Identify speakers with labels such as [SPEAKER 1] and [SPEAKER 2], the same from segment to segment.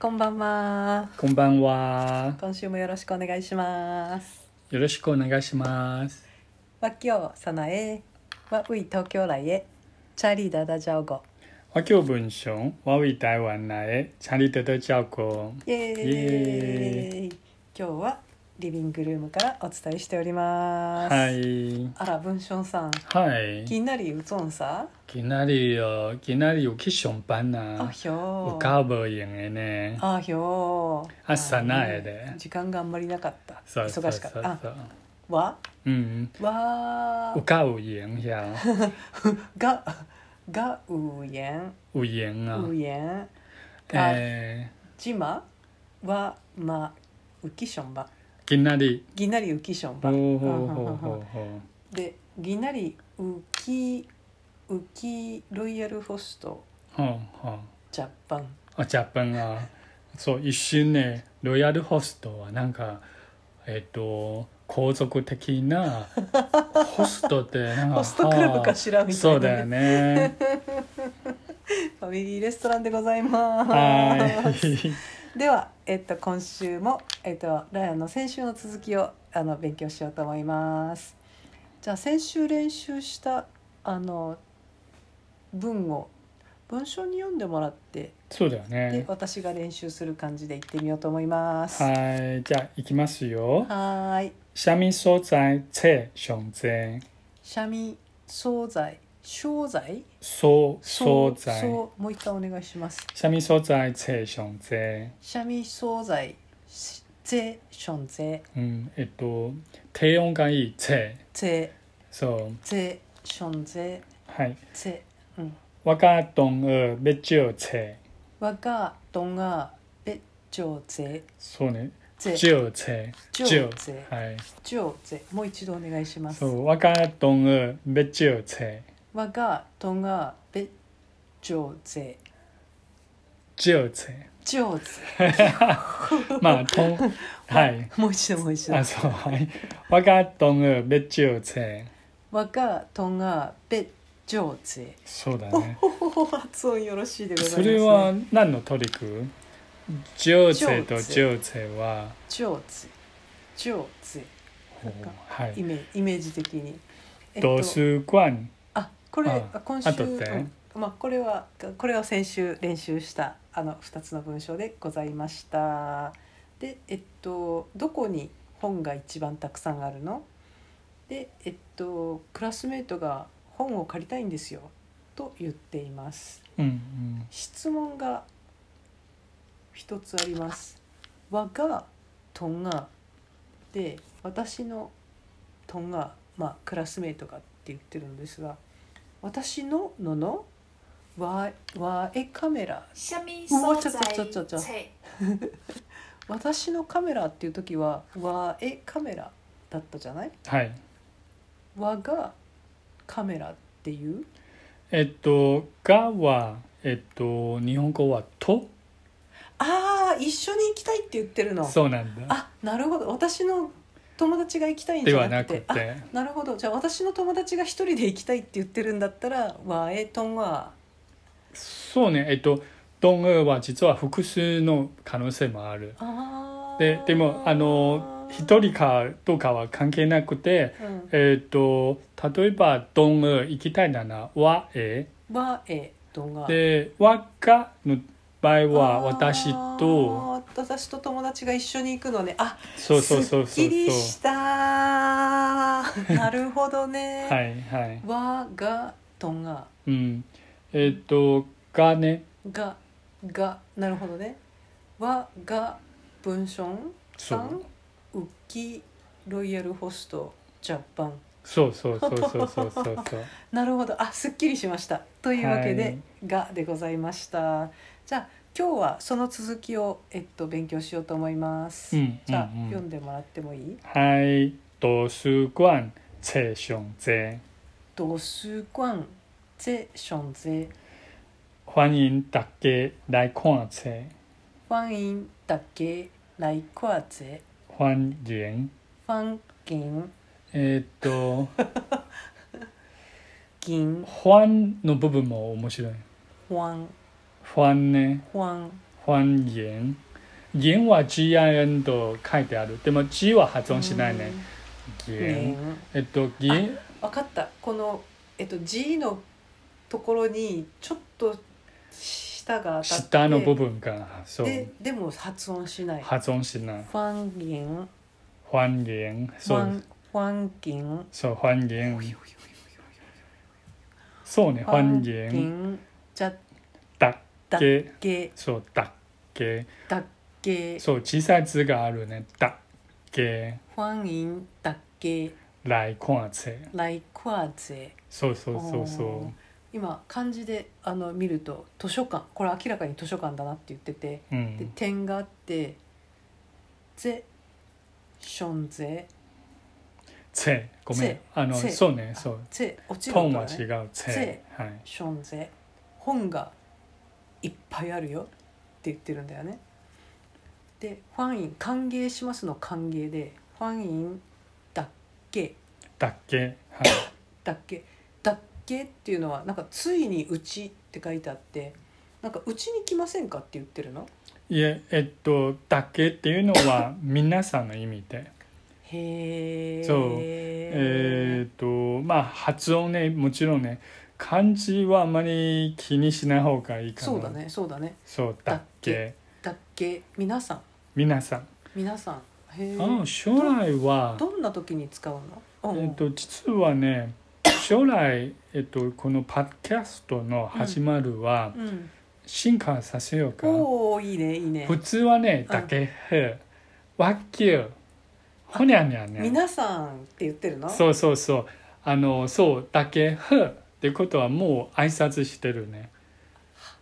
[SPEAKER 1] こんばんは。
[SPEAKER 2] こんばんは。
[SPEAKER 1] 今週もよろしくお願いします。
[SPEAKER 2] よろしくお願いします。
[SPEAKER 1] わきょうさなえ、わうい東京来へ、チャリダダジャオゴ。
[SPEAKER 2] 和教文章、和為台湾来、チャリテテチャコ。
[SPEAKER 1] イエーイ
[SPEAKER 2] イエ
[SPEAKER 1] 今日はリビングルームからお伝えしております。
[SPEAKER 2] はい。
[SPEAKER 1] あら、文春さん。
[SPEAKER 2] はい。
[SPEAKER 1] きんなりうつんさ。
[SPEAKER 2] きなりよ、きなりよき上班
[SPEAKER 1] あ
[SPEAKER 2] な。
[SPEAKER 1] ひょ
[SPEAKER 2] お
[SPEAKER 1] ー。
[SPEAKER 2] かぼいんえね。
[SPEAKER 1] あひょー。
[SPEAKER 2] 朝なえで
[SPEAKER 1] 時間があんまりなかった。
[SPEAKER 2] そうそう
[SPEAKER 1] 忙し
[SPEAKER 2] そ
[SPEAKER 1] かっ
[SPEAKER 2] う
[SPEAKER 1] た。
[SPEAKER 2] そ
[SPEAKER 1] あ
[SPEAKER 2] う。
[SPEAKER 1] わ。
[SPEAKER 2] うん。
[SPEAKER 1] わ
[SPEAKER 2] お。かういんや。
[SPEAKER 1] が。がうえん。
[SPEAKER 2] ういんあ。
[SPEAKER 1] うえん。あ
[SPEAKER 2] え
[SPEAKER 1] ジマはまあ浮きしょんば
[SPEAKER 2] ー、きなり。
[SPEAKER 1] ぎなり浮きしょん
[SPEAKER 2] ほ
[SPEAKER 1] ば
[SPEAKER 2] うほうほうほうほ
[SPEAKER 1] でぎなり浮き浮きロイヤルホスト
[SPEAKER 2] う。ほうほう。
[SPEAKER 1] ジャパン
[SPEAKER 2] あジャパンはそう一瞬ねロイヤルホストはなんかえっ、と皇族的な ホストってなんか
[SPEAKER 1] ホストクラブかしらみたいなね
[SPEAKER 2] そうだ よね
[SPEAKER 1] ファミリーレストランでございます、
[SPEAKER 2] は
[SPEAKER 1] では、えっと、今週も、えっと、ラヤの先週の続きをあの勉強しようと思いますじゃあ先週練習したあの文を文章に読んでもらって
[SPEAKER 2] いそうだよ
[SPEAKER 1] で
[SPEAKER 2] ね
[SPEAKER 1] 私が練習する感じで行ってみようと思います。は
[SPEAKER 2] はいじゃあいきますよ
[SPEAKER 1] ーい。
[SPEAKER 2] 三味素材切上前
[SPEAKER 1] シャミ惣菜惣菜
[SPEAKER 2] 素素材
[SPEAKER 1] そうもう一回お願いします。
[SPEAKER 2] 三味素材切上前
[SPEAKER 1] シャミ惣菜しゼションゼ
[SPEAKER 2] うんえっと低音がいい切
[SPEAKER 1] ゼ
[SPEAKER 2] そう
[SPEAKER 1] ゼションゼ
[SPEAKER 2] はい
[SPEAKER 1] ゼうん。
[SPEAKER 2] 我が懂二别就切
[SPEAKER 1] わがどんがべじょうゼ
[SPEAKER 2] そうね
[SPEAKER 1] ゼ
[SPEAKER 2] じゅうぜ
[SPEAKER 1] じょう
[SPEAKER 2] じゅ
[SPEAKER 1] ぜ
[SPEAKER 2] うはい
[SPEAKER 1] じょうゼもう一度お願いします
[SPEAKER 2] そ。う我が懂二别就ぜ
[SPEAKER 1] わがどんがべじょうゼ
[SPEAKER 2] じゅうぜ
[SPEAKER 1] じょうゼ
[SPEAKER 2] まあ懂はい
[SPEAKER 1] もう一度もう一度
[SPEAKER 2] あ。そうはい我が懂二别就ぜ
[SPEAKER 1] わがとんがべ上手。
[SPEAKER 2] そうだね
[SPEAKER 1] 発音よろしいでございます、
[SPEAKER 2] それは何のトリックじゅうぜとじゅうぜは
[SPEAKER 1] 上手。上手。
[SPEAKER 2] は
[SPEAKER 1] イ
[SPEAKER 2] い
[SPEAKER 1] メイメージ的に。えっと
[SPEAKER 2] 図書館
[SPEAKER 1] あこれ
[SPEAKER 2] あ
[SPEAKER 1] 今週
[SPEAKER 2] 後で
[SPEAKER 1] うんまあこれはこれは先週練習したあの二つの文章でございました。でえっとどこに本が一番たくさんあるの？でえっとクラスメートが本を借りたいんですよと言っています。
[SPEAKER 2] うんうん
[SPEAKER 1] 質問が一つあります。わがとんがで私のとんがまあクラスメートがって言ってるんですが私のののわわえカメラ
[SPEAKER 3] 虾米
[SPEAKER 1] うわ
[SPEAKER 3] 所
[SPEAKER 1] ちょ
[SPEAKER 3] 在
[SPEAKER 1] ちょちょちょ
[SPEAKER 3] 切
[SPEAKER 1] 私のカメラっていう時はわえカメラだったじゃない
[SPEAKER 2] はい
[SPEAKER 1] わがカメラっていう
[SPEAKER 2] えっとがはえっと日本語はと
[SPEAKER 1] ああ一緒に行きたいって言ってるの
[SPEAKER 2] そうなんだ
[SPEAKER 1] あなるほど私の友達が行きたいん
[SPEAKER 2] で
[SPEAKER 1] じ
[SPEAKER 2] は
[SPEAKER 1] ゃな
[SPEAKER 2] な
[SPEAKER 1] くて
[SPEAKER 2] くて
[SPEAKER 1] なるほどじゃあ私の友達が一人で行きたいって言ってるんだったら「わえとんは
[SPEAKER 2] そうね、えっと、ドングは実は複数の可能性もある」。
[SPEAKER 1] あー
[SPEAKER 2] で、でも、あの、一人かどうかは関係なくて、
[SPEAKER 1] うん
[SPEAKER 2] えっと、例えば、ドング行きたいなら、わえ。
[SPEAKER 1] 「わえとんが」
[SPEAKER 2] で、わかの場合は、
[SPEAKER 1] あー
[SPEAKER 2] 私と、
[SPEAKER 1] 私と友達が一緒に行くのねあ
[SPEAKER 2] そうそうそう
[SPEAKER 1] す
[SPEAKER 2] そ
[SPEAKER 1] っ
[SPEAKER 2] う
[SPEAKER 1] きり
[SPEAKER 2] そ
[SPEAKER 1] した ーなるほどね、
[SPEAKER 2] う。はいはい。
[SPEAKER 1] わがとんが
[SPEAKER 2] うん。えっと、がね、
[SPEAKER 1] ががなるほどねわが文章
[SPEAKER 2] そ
[SPEAKER 1] さ。
[SPEAKER 2] うん
[SPEAKER 1] ウッキロイヤルホストジャパン
[SPEAKER 2] そうそうそうそうそうそうそう。
[SPEAKER 1] なるほどあすっきりしましたというわけで、
[SPEAKER 2] はい
[SPEAKER 1] がでございましたじゃあ今日はその続きを、えっと、勉強しようと思います、
[SPEAKER 2] うんうん
[SPEAKER 1] じゃあ、
[SPEAKER 2] うん
[SPEAKER 1] 読んでもらってもいい
[SPEAKER 2] はい、図書館、车上座。
[SPEAKER 1] 「ドス館ンゼションゼ
[SPEAKER 2] 欢迎大家来看册，
[SPEAKER 1] ファンインだけ来クワゼ
[SPEAKER 2] 欢迎。
[SPEAKER 1] ファンギン
[SPEAKER 2] えーっと、
[SPEAKER 1] ギン
[SPEAKER 2] 欢の部分も面白い。
[SPEAKER 1] ファン
[SPEAKER 2] 欢ね、
[SPEAKER 1] ファン
[SPEAKER 2] 方言言は GIN と書いてあるでも G は発音しないね言
[SPEAKER 1] ね
[SPEAKER 2] えっと言
[SPEAKER 1] 分かったこの、えっと、G のところにちょっと舌が当たって
[SPEAKER 2] 下の部分がそう
[SPEAKER 1] ででも発音しない。
[SPEAKER 2] 発音しない
[SPEAKER 1] ファンギン、
[SPEAKER 2] 方言
[SPEAKER 1] フ
[SPEAKER 2] そ
[SPEAKER 1] ァ
[SPEAKER 2] う
[SPEAKER 1] ン、ファンギン。
[SPEAKER 2] そう方言そうね
[SPEAKER 1] フ
[SPEAKER 2] 方
[SPEAKER 1] ァンギ
[SPEAKER 2] 言
[SPEAKER 1] ン。じゃ、
[SPEAKER 2] だ
[SPEAKER 1] だっ
[SPEAKER 2] け
[SPEAKER 1] け、
[SPEAKER 2] そうだっけ
[SPEAKER 1] だっけ。フ
[SPEAKER 2] そう小さい字があるねだっけ
[SPEAKER 1] ァンイン、だっけ、
[SPEAKER 2] 来看せ
[SPEAKER 1] ライクワーゼ。
[SPEAKER 2] そうそうそうそ
[SPEAKER 1] 今漢字であの見ると図書館これ明らかに図書館だなって言ってて
[SPEAKER 2] うう
[SPEAKER 1] で
[SPEAKER 2] ん
[SPEAKER 1] 点があって「ゼ」「ションゼ」
[SPEAKER 2] せごめん
[SPEAKER 1] せ
[SPEAKER 2] あの
[SPEAKER 1] せ
[SPEAKER 2] そうね
[SPEAKER 1] あ
[SPEAKER 2] そう
[SPEAKER 1] 「ゼ」落ち
[SPEAKER 2] ト
[SPEAKER 1] る音
[SPEAKER 2] ーンは
[SPEAKER 1] だ
[SPEAKER 2] 違
[SPEAKER 1] ね
[SPEAKER 2] うせはい
[SPEAKER 1] 「ションゼ」本がいっぱいあるよって言ってるんだよね。で「ファンイン」「歓迎します」の歓迎で「ファンイン」だっけ
[SPEAKER 2] だっけはい
[SPEAKER 1] だっけだっけっていうのはなんか「ついにうち」って書いてあってなんか「うちに来ませんか?」って言ってるの
[SPEAKER 2] いえ、えっと、だけっていうの は皆さんの意味で、
[SPEAKER 1] へえ。
[SPEAKER 2] そうえーっとまあ発音ねもちろんね漢字はあまり気にしない方がいいかな
[SPEAKER 1] そうだね、そうだね。
[SPEAKER 2] そうだっけ
[SPEAKER 1] だっけ、皆さん、
[SPEAKER 2] 皆さん
[SPEAKER 1] 皆さん。へえ。
[SPEAKER 2] あ将来は、
[SPEAKER 1] どんな時に使うの？うん
[SPEAKER 2] えっと、実はね将来、えっと、このパッドキャストの始まるは
[SPEAKER 1] うん。
[SPEAKER 2] 進化させようか、
[SPEAKER 1] おお、いいね、いいね
[SPEAKER 2] 普。通はね
[SPEAKER 1] うん
[SPEAKER 2] だけへわっきゅうほにゃにゃにゃ
[SPEAKER 1] 皆さんって言ってるの？
[SPEAKER 2] そうそうそうあのそうだけ「ふ」ってことはもう挨拶してるね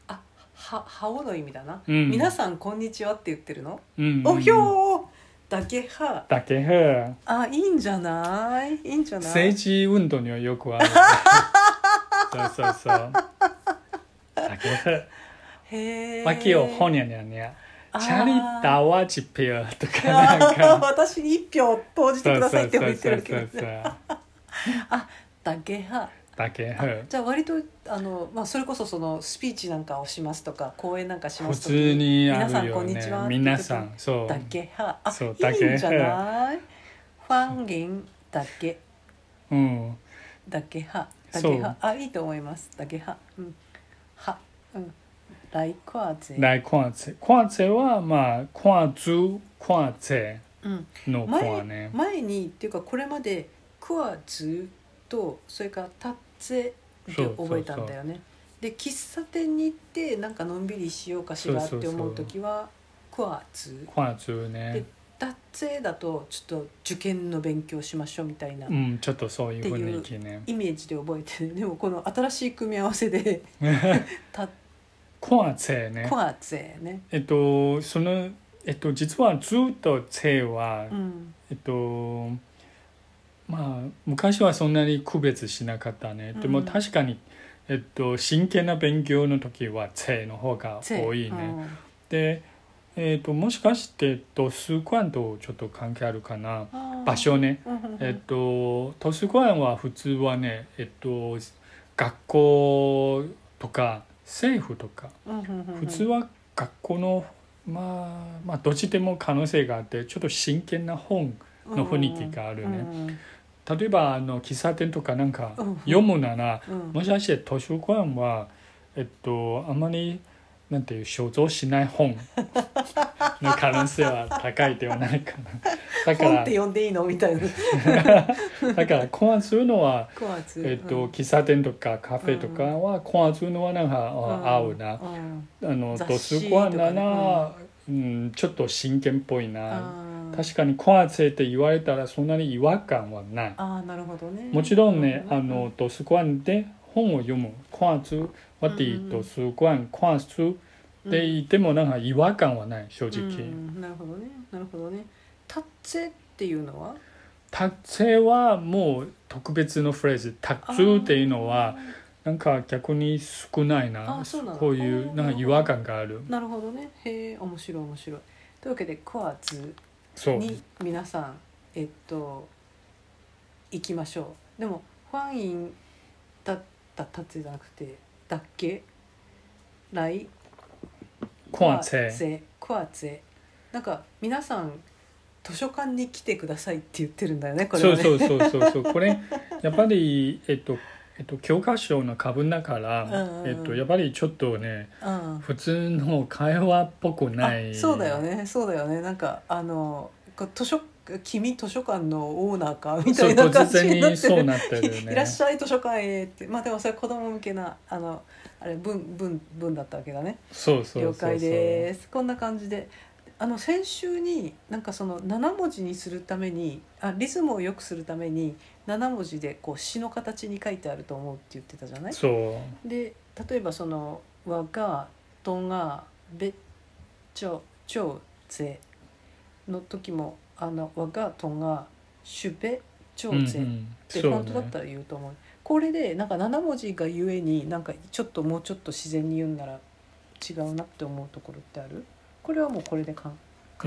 [SPEAKER 1] は、はおの意味だな。
[SPEAKER 2] うん
[SPEAKER 1] 皆さんこんにちはって言ってるの？
[SPEAKER 2] うんうんうん
[SPEAKER 1] おひょー。だけは。
[SPEAKER 2] だけ「ふ
[SPEAKER 1] あ、いいんじゃない？いいんじ」ゃない
[SPEAKER 2] 政？治運動にはよく あるそうそうそうだけ「ふ
[SPEAKER 1] へ」え。
[SPEAKER 2] わきをほにゃにゃにゃ
[SPEAKER 1] あー
[SPEAKER 2] チャリダワチペアとかなん
[SPEAKER 1] あー
[SPEAKER 2] か
[SPEAKER 1] 私に一票投じてくださいって言ってるけど
[SPEAKER 2] そう
[SPEAKER 1] ね。だけは。
[SPEAKER 2] だけ「ふ
[SPEAKER 1] じゃあ割とあの、まあ、それこそそのスピーチなんかをしますとか講演なんかし」ま
[SPEAKER 2] 普
[SPEAKER 1] すと
[SPEAKER 2] 通にあ
[SPEAKER 1] 皆さ
[SPEAKER 2] る
[SPEAKER 1] んこ
[SPEAKER 2] よ
[SPEAKER 1] んにち
[SPEAKER 2] ね
[SPEAKER 1] は
[SPEAKER 2] 皆さんそう
[SPEAKER 1] だけはあ
[SPEAKER 2] そう
[SPEAKER 1] いいんじゃないファンゲンだけ
[SPEAKER 2] うん
[SPEAKER 1] だけはだ
[SPEAKER 2] そ
[SPEAKER 1] け
[SPEAKER 2] う
[SPEAKER 1] はあいいと思いますだけはうんはうんライクアゼ
[SPEAKER 2] 来跨世跨世はまあ跨族跨世
[SPEAKER 1] うん
[SPEAKER 2] の
[SPEAKER 1] 前
[SPEAKER 2] 跨ね
[SPEAKER 1] 前にっていうかこれまでクアズとそれからタッツェ
[SPEAKER 2] そ
[SPEAKER 1] で
[SPEAKER 2] うそうそう
[SPEAKER 1] 覚えたんだよねで喫茶店に行ってなんかのんびりしようかしらっ
[SPEAKER 2] そう
[SPEAKER 1] て
[SPEAKER 2] そうそう
[SPEAKER 1] 思う時はクアズ
[SPEAKER 2] 跨族ね
[SPEAKER 1] でタッツェだとちょっと受験の勉強しましょうみたいな
[SPEAKER 2] うんちょっとそういう雰囲気ね
[SPEAKER 1] イメージで覚えてるでもこの新しい組み合わせでタ
[SPEAKER 2] 跨世ね
[SPEAKER 1] コアゼね
[SPEAKER 2] えっとそのえっと実はずっと世は、
[SPEAKER 1] うん
[SPEAKER 2] えっとまあ昔はそんなに区別しなかったね、で
[SPEAKER 1] う
[SPEAKER 2] も
[SPEAKER 1] ん
[SPEAKER 2] 確かにえっと真剣な勉強の時は世の方が
[SPEAKER 1] ゼ
[SPEAKER 2] 多いね、でえっともしかして度数感とちょっと関係あるかな場所ねえっと、図書館は普通はね、えっと、学校とか政府とか
[SPEAKER 1] 普
[SPEAKER 2] 普通は学校の、まあ、まあどっちでも可能性があってちょっと真剣な本の雰囲気があるね例えばあの喫茶店とかなんか
[SPEAKER 1] うん
[SPEAKER 2] 読むなら
[SPEAKER 1] うん
[SPEAKER 2] もしかして図書館は、えっと、あまりなんていう所蔵しな い本の可能性は高いではないかな。だか
[SPEAKER 1] 本
[SPEAKER 2] ら
[SPEAKER 1] って呼んでいいのみたいな
[SPEAKER 2] だから考案するのは、
[SPEAKER 1] コアゼ
[SPEAKER 2] えっと、喫茶店とかカフェとかは考案するのはなんか、あ合うな、あの
[SPEAKER 1] 雑
[SPEAKER 2] 図書
[SPEAKER 1] 誌
[SPEAKER 2] 館な
[SPEAKER 1] とかね
[SPEAKER 2] ら、うん、ちょっと真剣っぽいな、
[SPEAKER 1] か
[SPEAKER 2] 確かに考案生って言われたらそんなに違和感はない、
[SPEAKER 1] あーなるほどね
[SPEAKER 2] もちろんね、
[SPEAKER 1] う
[SPEAKER 2] あの図書館で本を読む考案するはって
[SPEAKER 1] うんうん
[SPEAKER 2] 図書館考案するって言ってもなんか違和感はない正
[SPEAKER 1] うんう
[SPEAKER 2] 直、
[SPEAKER 1] んなるほどねなるほどねタッツェっていうのは
[SPEAKER 2] 達成はもう特別のフレーズ「達成」っていうのはなんか逆に少ないな
[SPEAKER 1] あそうなの
[SPEAKER 2] こういうなんか違和感がある
[SPEAKER 1] なるほどねへえ面白い面白いというわけでコアズ
[SPEAKER 2] そう
[SPEAKER 1] に皆さんえっと行きましょうでもファンインだったたつじゃなくてだっけ来
[SPEAKER 2] コアツェ
[SPEAKER 1] ゼクワツェなんか皆さん図書館に来てくださいって言ってるんだよねこれ
[SPEAKER 2] そ
[SPEAKER 1] は
[SPEAKER 2] う
[SPEAKER 1] ね
[SPEAKER 2] そうそうそう そうこれやっぱりえっとえっと、教科書の過分だから、
[SPEAKER 1] うんうん
[SPEAKER 2] えっと、やっぱりちょっとね
[SPEAKER 1] うん
[SPEAKER 2] 普通の会話っぽくない
[SPEAKER 1] あそうだよねそうだよねなんかあのこう図書君図書館のオーナーかみた
[SPEAKER 2] そう
[SPEAKER 1] いな
[SPEAKER 2] 突
[SPEAKER 1] 感じに
[SPEAKER 2] 然
[SPEAKER 1] なっ
[SPEAKER 2] に
[SPEAKER 1] て
[SPEAKER 2] そう
[SPEAKER 1] る
[SPEAKER 2] なってるよね
[SPEAKER 1] いらっしゃい図書館へってまあでもそれは子供向けなあのあれ文文文だったわけだね
[SPEAKER 2] そうそうそう
[SPEAKER 1] 了
[SPEAKER 2] そう
[SPEAKER 1] 解ですこんな感じであの先週になんかその7文字にするためにあリズムを良くするために7文字でこう詩の形に書いてあると思うって言ってたじゃない
[SPEAKER 2] そ
[SPEAKER 1] で例えばその「わが」「とが」「べ」「ちょ」「ちょ」「ぜ」の時も「あのわが」「とが」「しゅべ」「ち
[SPEAKER 2] う
[SPEAKER 1] ょ」
[SPEAKER 2] うん
[SPEAKER 1] 「
[SPEAKER 2] う
[SPEAKER 1] ぜ」
[SPEAKER 2] ん
[SPEAKER 1] って
[SPEAKER 2] そう
[SPEAKER 1] 本当だったら言うと思うこれでなんか7文字がゆえになんかちょっともうちょっと自然に言うんなら違うなって思うところってあるこれはもうこれで完
[SPEAKER 2] え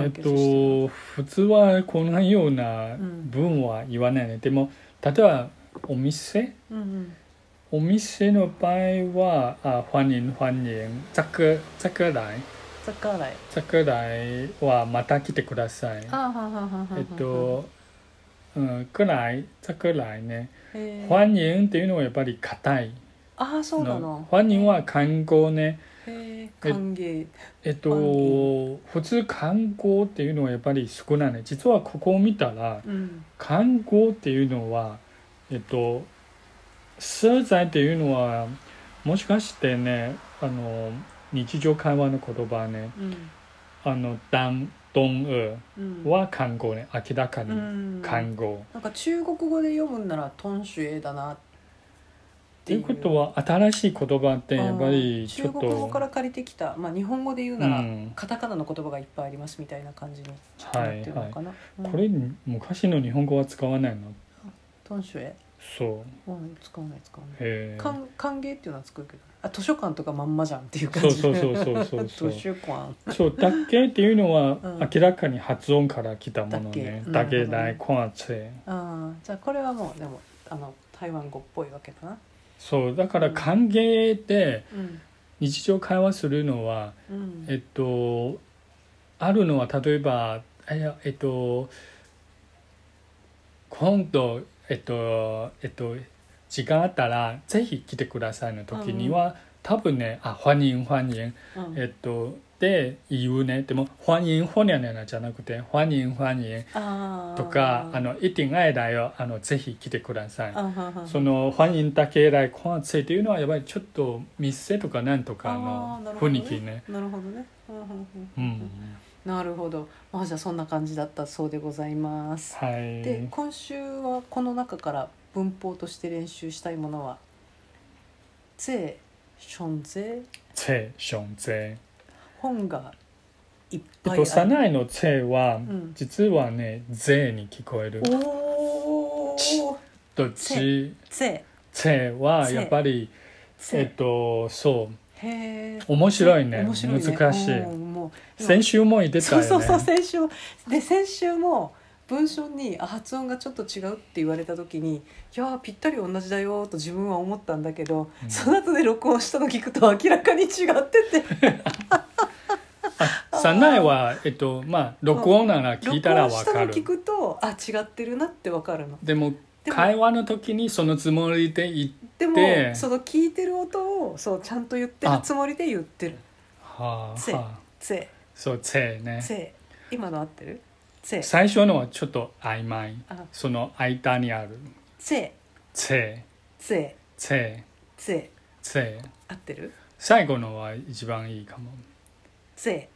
[SPEAKER 2] っ
[SPEAKER 1] 完結してる、
[SPEAKER 2] と普通はこのような文は言わないね、でも例えばお店
[SPEAKER 1] うんうん、
[SPEAKER 2] お店の場合はあ欢迎欢迎ザクザク来
[SPEAKER 1] ザッカーライ
[SPEAKER 2] ザク来はまた来てください
[SPEAKER 1] あーはんはんはんはんはんはん
[SPEAKER 2] えっとうんくらいザク来ね
[SPEAKER 1] へー
[SPEAKER 2] 欢迎っていうのはやっぱり硬い
[SPEAKER 1] ああそうなの
[SPEAKER 2] の欢迎は観光ね
[SPEAKER 1] へー歓迎
[SPEAKER 2] えっと
[SPEAKER 1] 歓
[SPEAKER 2] 普通観光っていうのはやっぱり少ないね実はここを見たら
[SPEAKER 1] うん
[SPEAKER 2] 観光っていうのはえっと素材っていうのはもしかしてねあの日常会話の言葉ね
[SPEAKER 1] うん
[SPEAKER 2] あの「ダン」「ドンウ
[SPEAKER 1] うん
[SPEAKER 2] は観光ね明らか
[SPEAKER 1] う
[SPEAKER 2] に
[SPEAKER 1] ん
[SPEAKER 2] 観光。
[SPEAKER 1] なんか中国語で読むんなら「トンシュエ」だなっ
[SPEAKER 2] ということは新しい言葉ってやっぱ
[SPEAKER 1] うん
[SPEAKER 2] りちょ
[SPEAKER 1] 中
[SPEAKER 2] っと
[SPEAKER 1] 国語から借りてきた、まあ、日本語で言うなら、
[SPEAKER 2] うん
[SPEAKER 1] カタカナの言葉がいっぱいありますみたいな感じに
[SPEAKER 2] は
[SPEAKER 1] なっ
[SPEAKER 2] い
[SPEAKER 1] てる
[SPEAKER 2] は
[SPEAKER 1] の
[SPEAKER 2] い
[SPEAKER 1] かな、うん
[SPEAKER 2] これ昔の日本語は使わないの
[SPEAKER 1] トンシュエ、
[SPEAKER 2] そう
[SPEAKER 1] うん、使わない使わない
[SPEAKER 2] へえ
[SPEAKER 1] 歓歓迎っていうのは作るけどあ図書館とかまんまじゃんっていう
[SPEAKER 2] そ
[SPEAKER 1] 感
[SPEAKER 2] う
[SPEAKER 1] じ
[SPEAKER 2] そうそうそうそうそう
[SPEAKER 1] 図 書館
[SPEAKER 2] そうだけっていうのは
[SPEAKER 1] うん
[SPEAKER 2] 明らかに発音から来たものね。
[SPEAKER 1] だ
[SPEAKER 2] だ
[SPEAKER 1] け
[SPEAKER 2] け
[SPEAKER 1] な
[SPEAKER 2] ない
[SPEAKER 1] る
[SPEAKER 2] コアチェ。
[SPEAKER 1] あーじゃあこれはもうでもあの台湾語っぽいわけだな、
[SPEAKER 2] そうだから歓迎で
[SPEAKER 1] うん
[SPEAKER 2] 日常会話するのは
[SPEAKER 1] うん
[SPEAKER 2] えっとあるのは例えばえいやえっと今度えっとえっと時間あったらぜひ来てくださいの時には、多分ねあ欢迎欢迎
[SPEAKER 1] うん
[SPEAKER 2] えっとで言うねでも欢迎ほにゃにゃにゃじゃなくて欢迎欢迎
[SPEAKER 1] あー
[SPEAKER 2] とか、あの、一点愛だよ、あの、ぜひ来てください。
[SPEAKER 1] あははは
[SPEAKER 2] その、欢迎だけ来コンっていうのは、やっぱりちょっと店とかなんとか
[SPEAKER 1] あーな
[SPEAKER 2] の
[SPEAKER 1] るほど
[SPEAKER 2] 雰
[SPEAKER 1] ね
[SPEAKER 2] 囲気ね。
[SPEAKER 1] なるほどね、うんうんうん
[SPEAKER 2] うん。
[SPEAKER 1] なるほどまあじゃあそんな感じだったそうでございます
[SPEAKER 2] はい。
[SPEAKER 1] で今週はこの中から文法として練習したいものは「税」「ション税
[SPEAKER 2] チェ、ションチェ。」
[SPEAKER 1] 本がいっ
[SPEAKER 2] え
[SPEAKER 1] ぱいあ
[SPEAKER 2] っと、
[SPEAKER 1] る、
[SPEAKER 2] サナイのチェは、
[SPEAKER 1] ん
[SPEAKER 2] 実はね、ゼに聞こえる。
[SPEAKER 1] おお
[SPEAKER 2] と、
[SPEAKER 1] チ
[SPEAKER 2] チ、
[SPEAKER 1] 税
[SPEAKER 2] チェは、
[SPEAKER 1] チェ
[SPEAKER 2] やっぱり、えっ
[SPEAKER 1] 税
[SPEAKER 2] と、そう。
[SPEAKER 1] へえ
[SPEAKER 2] 面白いね。
[SPEAKER 1] 面白いね
[SPEAKER 2] 難しい。
[SPEAKER 1] うんもう
[SPEAKER 2] 先週も言ってた
[SPEAKER 1] そ
[SPEAKER 2] よ
[SPEAKER 1] う
[SPEAKER 2] ね。
[SPEAKER 1] そうそう先週で先週も文章にあ発音がちょっと違うって言われた時にいやーぴったり同じだよーと自分は思ったんだけど、
[SPEAKER 2] うん
[SPEAKER 1] その後で録音したの聞くと明らかに違ってて
[SPEAKER 2] サナイは、えっと、まあ、録音なら聞いたら
[SPEAKER 1] 録
[SPEAKER 2] わ
[SPEAKER 1] 音した
[SPEAKER 2] か
[SPEAKER 1] の
[SPEAKER 2] る。
[SPEAKER 1] 聞くとあ違ってるなってわかるの
[SPEAKER 2] でも
[SPEAKER 1] でも
[SPEAKER 2] 会話の時にそのつもりで言っ
[SPEAKER 1] でも
[SPEAKER 2] で
[SPEAKER 1] その聞いてる音をそうちゃんと言ってる
[SPEAKER 2] あ
[SPEAKER 1] つもりで言ってる
[SPEAKER 2] はあ
[SPEAKER 1] せ
[SPEAKER 2] はあ
[SPEAKER 1] 「せ」
[SPEAKER 2] そう「せ」
[SPEAKER 1] 「
[SPEAKER 2] ね
[SPEAKER 1] せ」今の合ってる?「せ」
[SPEAKER 2] 最初のはちょっと曖昧
[SPEAKER 1] あ
[SPEAKER 2] その間にある
[SPEAKER 1] 「せ」
[SPEAKER 2] 「せ」
[SPEAKER 1] 「せ」
[SPEAKER 2] 「せ」
[SPEAKER 1] 「せ
[SPEAKER 2] 「せ」」
[SPEAKER 1] 合ってる?
[SPEAKER 2] 最後のは一番いいかも
[SPEAKER 1] 「せ」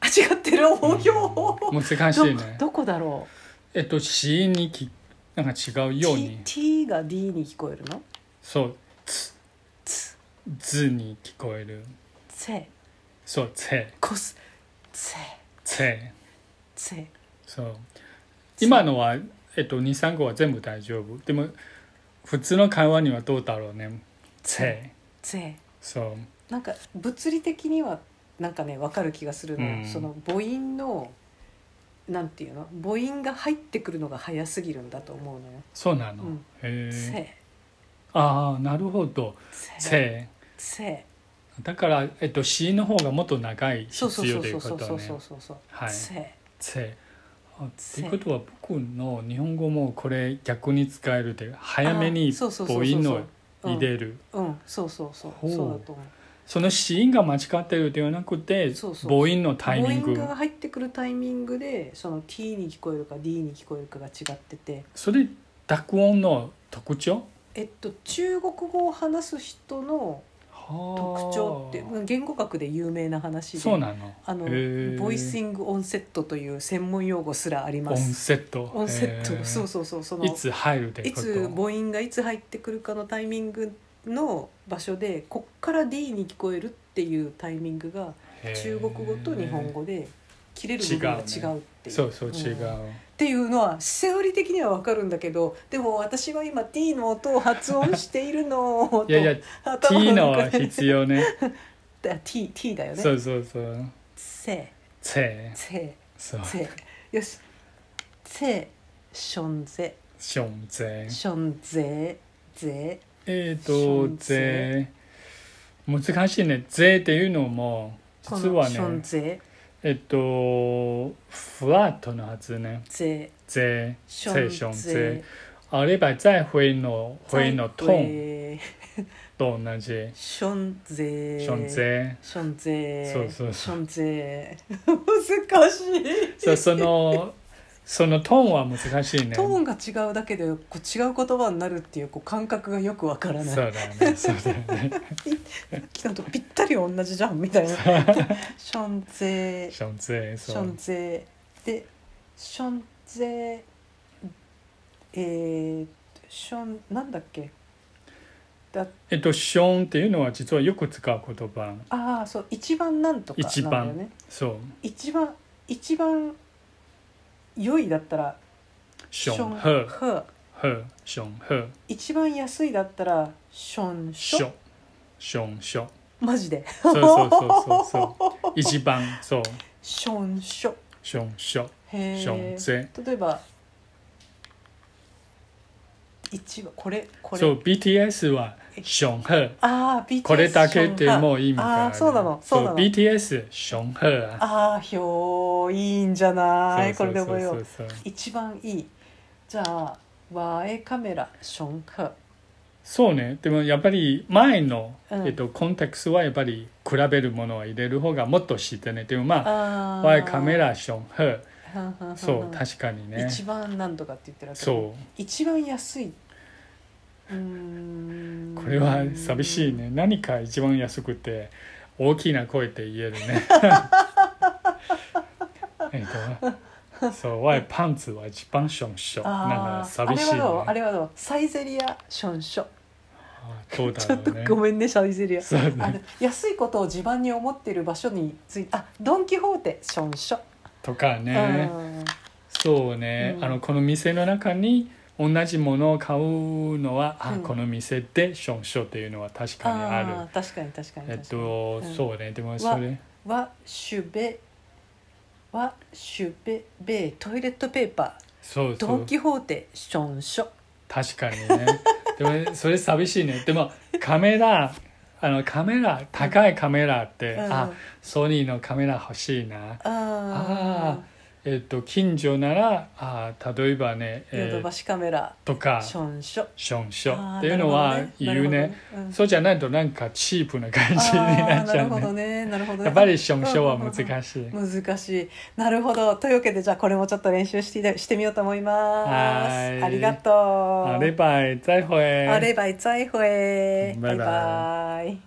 [SPEAKER 1] あ違ってるおよー
[SPEAKER 2] 難しいね
[SPEAKER 1] どどこだろ
[SPEAKER 2] えっと死因にきなんか違う
[SPEAKER 1] う
[SPEAKER 2] ように
[SPEAKER 1] T, T が D に聞こえるの
[SPEAKER 2] そう「つ」
[SPEAKER 1] 「つ」
[SPEAKER 2] 「ず」に聞こえる
[SPEAKER 1] 「せ
[SPEAKER 2] そう「せ」」
[SPEAKER 1] 「こす」「せ」
[SPEAKER 2] 「せ
[SPEAKER 1] 「せ」」
[SPEAKER 2] そう今のはえっと23個は全部大丈夫でも普通の会話にはどうだろうね「せ」
[SPEAKER 1] 「せ」
[SPEAKER 2] そう
[SPEAKER 1] なんか物理的にはなんかね分かる気がするの、
[SPEAKER 2] うん
[SPEAKER 1] その母音のなんていうの母音が入ってくるのが早すぎるんだと思うのよ。
[SPEAKER 2] そうなの、
[SPEAKER 1] うん
[SPEAKER 2] へえ
[SPEAKER 1] せ
[SPEAKER 2] ああなるほど「
[SPEAKER 1] せ
[SPEAKER 2] せ
[SPEAKER 1] せ
[SPEAKER 2] だから、えっと、詩の方がもっと長い
[SPEAKER 1] そうそう
[SPEAKER 2] 必
[SPEAKER 1] そ
[SPEAKER 2] 要
[SPEAKER 1] う
[SPEAKER 2] とい
[SPEAKER 1] そうう
[SPEAKER 2] こ
[SPEAKER 1] そう
[SPEAKER 2] と
[SPEAKER 1] そうそ
[SPEAKER 2] ね
[SPEAKER 1] う。そうそう
[SPEAKER 2] はい
[SPEAKER 1] せ
[SPEAKER 2] せあと
[SPEAKER 1] せ
[SPEAKER 2] いうことは僕の日本語もこれ逆に使えるで早め
[SPEAKER 1] あ
[SPEAKER 2] に
[SPEAKER 1] そうそう
[SPEAKER 2] 母
[SPEAKER 1] そうそう
[SPEAKER 2] 音の
[SPEAKER 1] うん
[SPEAKER 2] 入れる
[SPEAKER 1] うんそうそうそう
[SPEAKER 2] ほう
[SPEAKER 1] そうだと思う
[SPEAKER 2] その子音が間違ってるではなくて
[SPEAKER 1] そうそう
[SPEAKER 2] 母音のタイミン
[SPEAKER 1] 母
[SPEAKER 2] グ
[SPEAKER 1] 音が入ってくるタイミングでその T に聞こえるか D に聞こえるかが違ってて
[SPEAKER 2] それ濁音の特徴
[SPEAKER 1] えっと中国語を話す人の特
[SPEAKER 2] 特
[SPEAKER 1] 徴って言語学で有名な話で
[SPEAKER 2] そうなの
[SPEAKER 1] あの
[SPEAKER 2] へー
[SPEAKER 1] ボイシングオンセットという専門用語すらあり
[SPEAKER 2] オ
[SPEAKER 1] ま
[SPEAKER 2] ン
[SPEAKER 1] す
[SPEAKER 2] セット
[SPEAKER 1] オンセット、
[SPEAKER 2] へー
[SPEAKER 1] そうそうそうその
[SPEAKER 2] いつ入るって
[SPEAKER 1] い
[SPEAKER 2] こと
[SPEAKER 1] つ母音がいつ入ってくるかのタイミングの場所でこっから D に聞こえるっていうタイミングが
[SPEAKER 2] へー
[SPEAKER 1] 中国語と日本語で切れる部分が違うっていう
[SPEAKER 2] 違うそうそうん違う、
[SPEAKER 1] っていうのはセオリー的にはわかるんだけどでも私は今 T の音を発音しているのを
[SPEAKER 2] いやいや T のは必
[SPEAKER 1] 要
[SPEAKER 2] 要ね
[SPEAKER 1] T, T だよね
[SPEAKER 2] そうそうそう
[SPEAKER 1] せ
[SPEAKER 2] せ
[SPEAKER 1] せ
[SPEAKER 2] そう
[SPEAKER 1] せよしせしょんぜ
[SPEAKER 2] ションぜ
[SPEAKER 1] しょんぜぜ
[SPEAKER 2] えっ、
[SPEAKER 1] ショ
[SPEAKER 2] と
[SPEAKER 1] ンゼ
[SPEAKER 2] ぜ難しいねぜっていうのも
[SPEAKER 1] こ
[SPEAKER 2] 実
[SPEAKER 1] の
[SPEAKER 2] は
[SPEAKER 1] しょん
[SPEAKER 2] ね
[SPEAKER 1] ぜ
[SPEAKER 2] えっとフラットのはずね
[SPEAKER 1] ぜ
[SPEAKER 2] ぜ
[SPEAKER 1] しょん
[SPEAKER 2] せション
[SPEAKER 1] ぜ
[SPEAKER 2] ぜあれば再会の会のトーン
[SPEAKER 1] ン
[SPEAKER 2] と同じ
[SPEAKER 1] しょんぜ
[SPEAKER 2] ションぜ
[SPEAKER 1] しょんぜ
[SPEAKER 2] そうそうそう
[SPEAKER 1] しょんぜ難しい
[SPEAKER 2] そう そのそのトーンは難しいね。
[SPEAKER 1] トーンが違うだけでこう違う言葉になるっていうこう感覚がよくわから
[SPEAKER 2] そ
[SPEAKER 1] な
[SPEAKER 2] う
[SPEAKER 1] い
[SPEAKER 2] だよね。そうだよね。
[SPEAKER 1] 昨日とぴったり同じじゃんみたいな 「ションゼ
[SPEAKER 2] ションゼ
[SPEAKER 1] シ
[SPEAKER 2] そ
[SPEAKER 1] ョン
[SPEAKER 2] う。
[SPEAKER 1] ゼ」で「ションゼ」えー「ション」なんだっけだ
[SPEAKER 2] えっとションっていうのは実はよく使う言葉。
[SPEAKER 1] ああそう一番なんとかなんだ
[SPEAKER 2] 一
[SPEAKER 1] よ
[SPEAKER 2] 番
[SPEAKER 1] ね
[SPEAKER 2] そう。
[SPEAKER 1] 一番一番良いだったら
[SPEAKER 2] ション
[SPEAKER 1] ション
[SPEAKER 2] ヘ
[SPEAKER 1] ヘ
[SPEAKER 2] ヘションヘ
[SPEAKER 1] 一番安いだったらションシ
[SPEAKER 2] シ
[SPEAKER 1] ョ
[SPEAKER 2] ョションシ ョ。
[SPEAKER 1] マジで
[SPEAKER 2] そうそうそうそうそう。一番そう。
[SPEAKER 1] ションショ
[SPEAKER 2] ションショ
[SPEAKER 1] へ
[SPEAKER 2] ション
[SPEAKER 1] え
[SPEAKER 2] ゼ。
[SPEAKER 1] 例えば一番これこれ
[SPEAKER 2] そう BTS はションヘ。
[SPEAKER 1] ああ BTS
[SPEAKER 2] これだけでも意味があ
[SPEAKER 1] あ
[SPEAKER 2] る。
[SPEAKER 1] ーそうなのそうなの
[SPEAKER 2] BTS ションヘ
[SPEAKER 1] ション。ああひょーいいんじゃない
[SPEAKER 2] そう
[SPEAKER 1] これでも
[SPEAKER 2] そ
[SPEAKER 1] よ
[SPEAKER 2] うそうそう。
[SPEAKER 1] 一番いいじゃあワーエカメラションク
[SPEAKER 2] そうねでもやっぱり前の、
[SPEAKER 1] うん
[SPEAKER 2] えっと、コンテクストはやっぱり比べるものを入れる方がもっと知ってねでもまあ
[SPEAKER 1] あ
[SPEAKER 2] 「ワイカメラションヘ
[SPEAKER 1] ラ」
[SPEAKER 2] そう確かにね
[SPEAKER 1] 一番なんとかって言ってるわけね
[SPEAKER 2] そ
[SPEAKER 1] 一番安いうーん
[SPEAKER 2] うこれは寂しいね何か一番安くて大きな声で言える ねえっとそう「ワイパンツは一番ションション」なん
[SPEAKER 1] あ
[SPEAKER 2] か
[SPEAKER 1] ー
[SPEAKER 2] 寂しい
[SPEAKER 1] あれ
[SPEAKER 2] ね
[SPEAKER 1] はどうあれはどうサイゼリアションショ
[SPEAKER 2] あーどうだ
[SPEAKER 1] ちょっと
[SPEAKER 2] ろうね
[SPEAKER 1] ごめんねサイゼリア
[SPEAKER 2] そうね
[SPEAKER 1] あの安いことを地盤に思っている場所についてあドン・キホーテションショ、
[SPEAKER 2] とかね、
[SPEAKER 1] うん
[SPEAKER 2] そうね、
[SPEAKER 1] うん
[SPEAKER 2] あのこの店の中に同じものを買うのは、
[SPEAKER 1] う
[SPEAKER 2] あ
[SPEAKER 1] ん
[SPEAKER 2] この店でションショっていうのは確かにある
[SPEAKER 1] あー確かに確かに
[SPEAKER 2] えっ
[SPEAKER 1] 確かに
[SPEAKER 2] と、
[SPEAKER 1] うん
[SPEAKER 2] そうねでもそれ
[SPEAKER 1] はシュベはシュベベトイレットペーパ
[SPEAKER 2] そう
[SPEAKER 1] ー
[SPEAKER 2] そ
[SPEAKER 1] ド
[SPEAKER 2] う
[SPEAKER 1] ン・キホーテションショ
[SPEAKER 2] 確かにねでもそれ寂しいねでもカメラあのカメラ高いカメラって、
[SPEAKER 1] うん
[SPEAKER 2] あソニーのカメラ欲しいな
[SPEAKER 1] あ
[SPEAKER 2] あえっと近所ならあ例えばね、
[SPEAKER 1] ーヨ
[SPEAKER 2] え
[SPEAKER 1] ドバ
[SPEAKER 2] ー、
[SPEAKER 1] シカメラ
[SPEAKER 2] とか
[SPEAKER 1] ションショ
[SPEAKER 2] ションショ
[SPEAKER 1] あー
[SPEAKER 2] っていうのは言うね
[SPEAKER 1] な
[SPEAKER 2] そうじゃないとなんかチープな感 じにな
[SPEAKER 1] る
[SPEAKER 2] っちゃ
[SPEAKER 1] ほ
[SPEAKER 2] う
[SPEAKER 1] ど
[SPEAKER 2] ね。
[SPEAKER 1] ねうんあーなるほどねなるほどね
[SPEAKER 2] やっぱりションショーは難しい。
[SPEAKER 1] 難しいなるほどというわけでじゃあこれもちょっと練習してしてみようと思います
[SPEAKER 2] はい
[SPEAKER 1] ありがとう
[SPEAKER 2] あればい、再会。
[SPEAKER 1] あればい再会
[SPEAKER 2] バイバ
[SPEAKER 1] バイ
[SPEAKER 2] イ
[SPEAKER 1] バイ